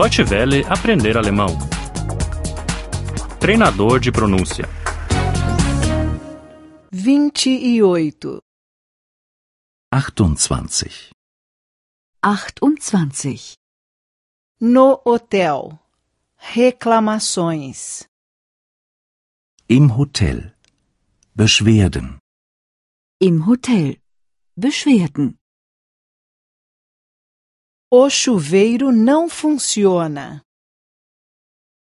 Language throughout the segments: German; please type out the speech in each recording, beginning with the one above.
Deutsche Welle aprender alemão. Treinador de pronúncia. 28. 28. 28. No hotel. Reclamações. Im Hotel. Beschwerden. Im Hotel. Beschwerden. O chuveiro não funciona.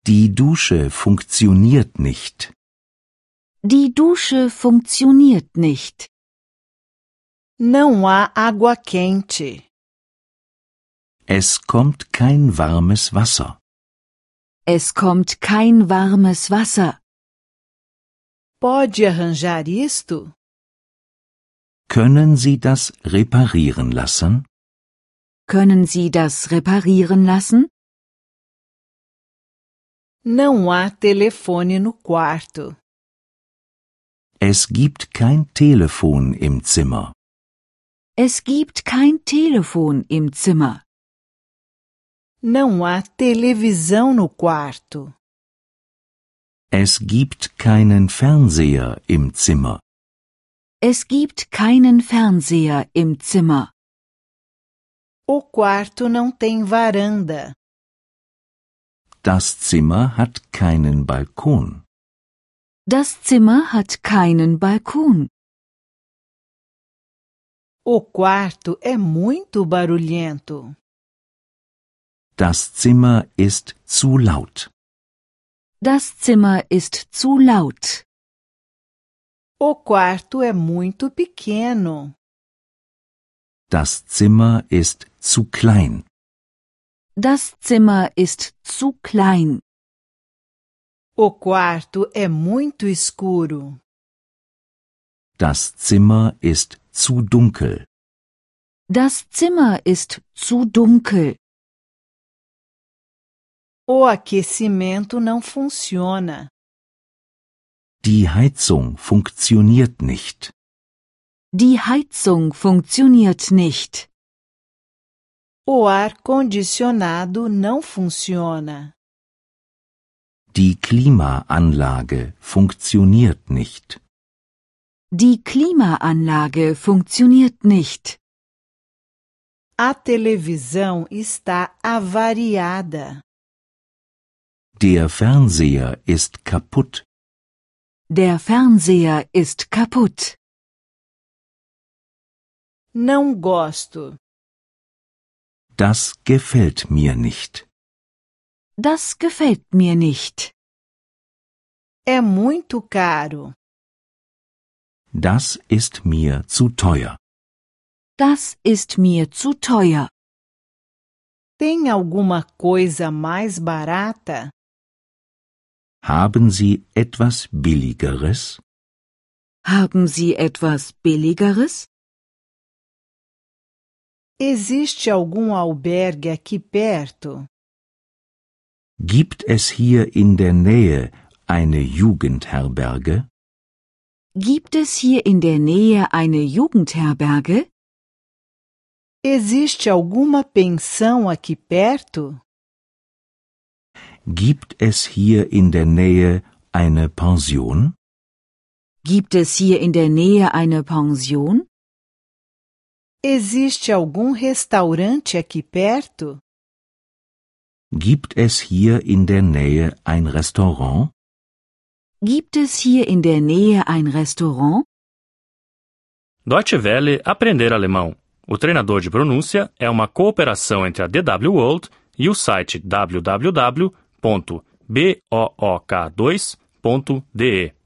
Die Dusche funktioniert nicht. Die Dusche funktioniert nicht. Não há água quente. Es kommt kein warmes Wasser. Es kommt kein warmes Wasser. Pode arranjar isto? Können Sie das reparieren lassen? Können Sie das reparieren lassen? Não há telefone no quarto. Es gibt kein Telefon im Zimmer. Es gibt kein Telefon im Zimmer. Não há televisão no quarto. Es gibt keinen Fernseher im Zimmer. Es gibt keinen Fernseher im Zimmer. O quarto não tem varanda. Das Zimmer hat keinen Balkon. Das Zimmer hat keinen Balkon. O quarto é muito barulhento. Das Zimmer ist zu laut. Das Zimmer ist zu laut. O quarto é muito pequeno. Das Zimmer ist zu klein. Das Zimmer ist zu klein. O quarto é muito escuro. Das Zimmer ist zu dunkel. Das Zimmer ist zu dunkel. O aquecimento não funciona. Die Heizung funktioniert nicht. Die Heizung funktioniert nicht. O ar condicionado não funciona. Die Klimaanlage funktioniert nicht. Die Klimaanlage funktioniert nicht. A televisão está avariada. Der Fernseher ist kaputt. Der Fernseher ist kaputt. Não gosto. Das gefällt mir nicht. Das gefällt mir nicht. É muito caro. Das ist mir zu teuer. Das ist mir zu teuer. Tem alguma coisa mais barata? Haben Sie etwas Billigeres? Haben Sie etwas Billigeres? Existe algum albergue aqui perto? Gibt es hier in der Nähe eine Jugendherberge? Gibt es hier in der Nähe eine Jugendherberge? Existe alguma pensão aqui perto? Gibt es hier in der Nähe eine Pension? Gibt es hier in der Nähe eine Pension? Existe algum restaurante aqui perto? Gibt es hier in der Nähe ein Restaurant? Gibt es hier in der Nähe ein Restaurant? Deutsche Welle aprender alemão. O treinador de pronúncia é uma cooperação entre a DW World e o site www.book2.de.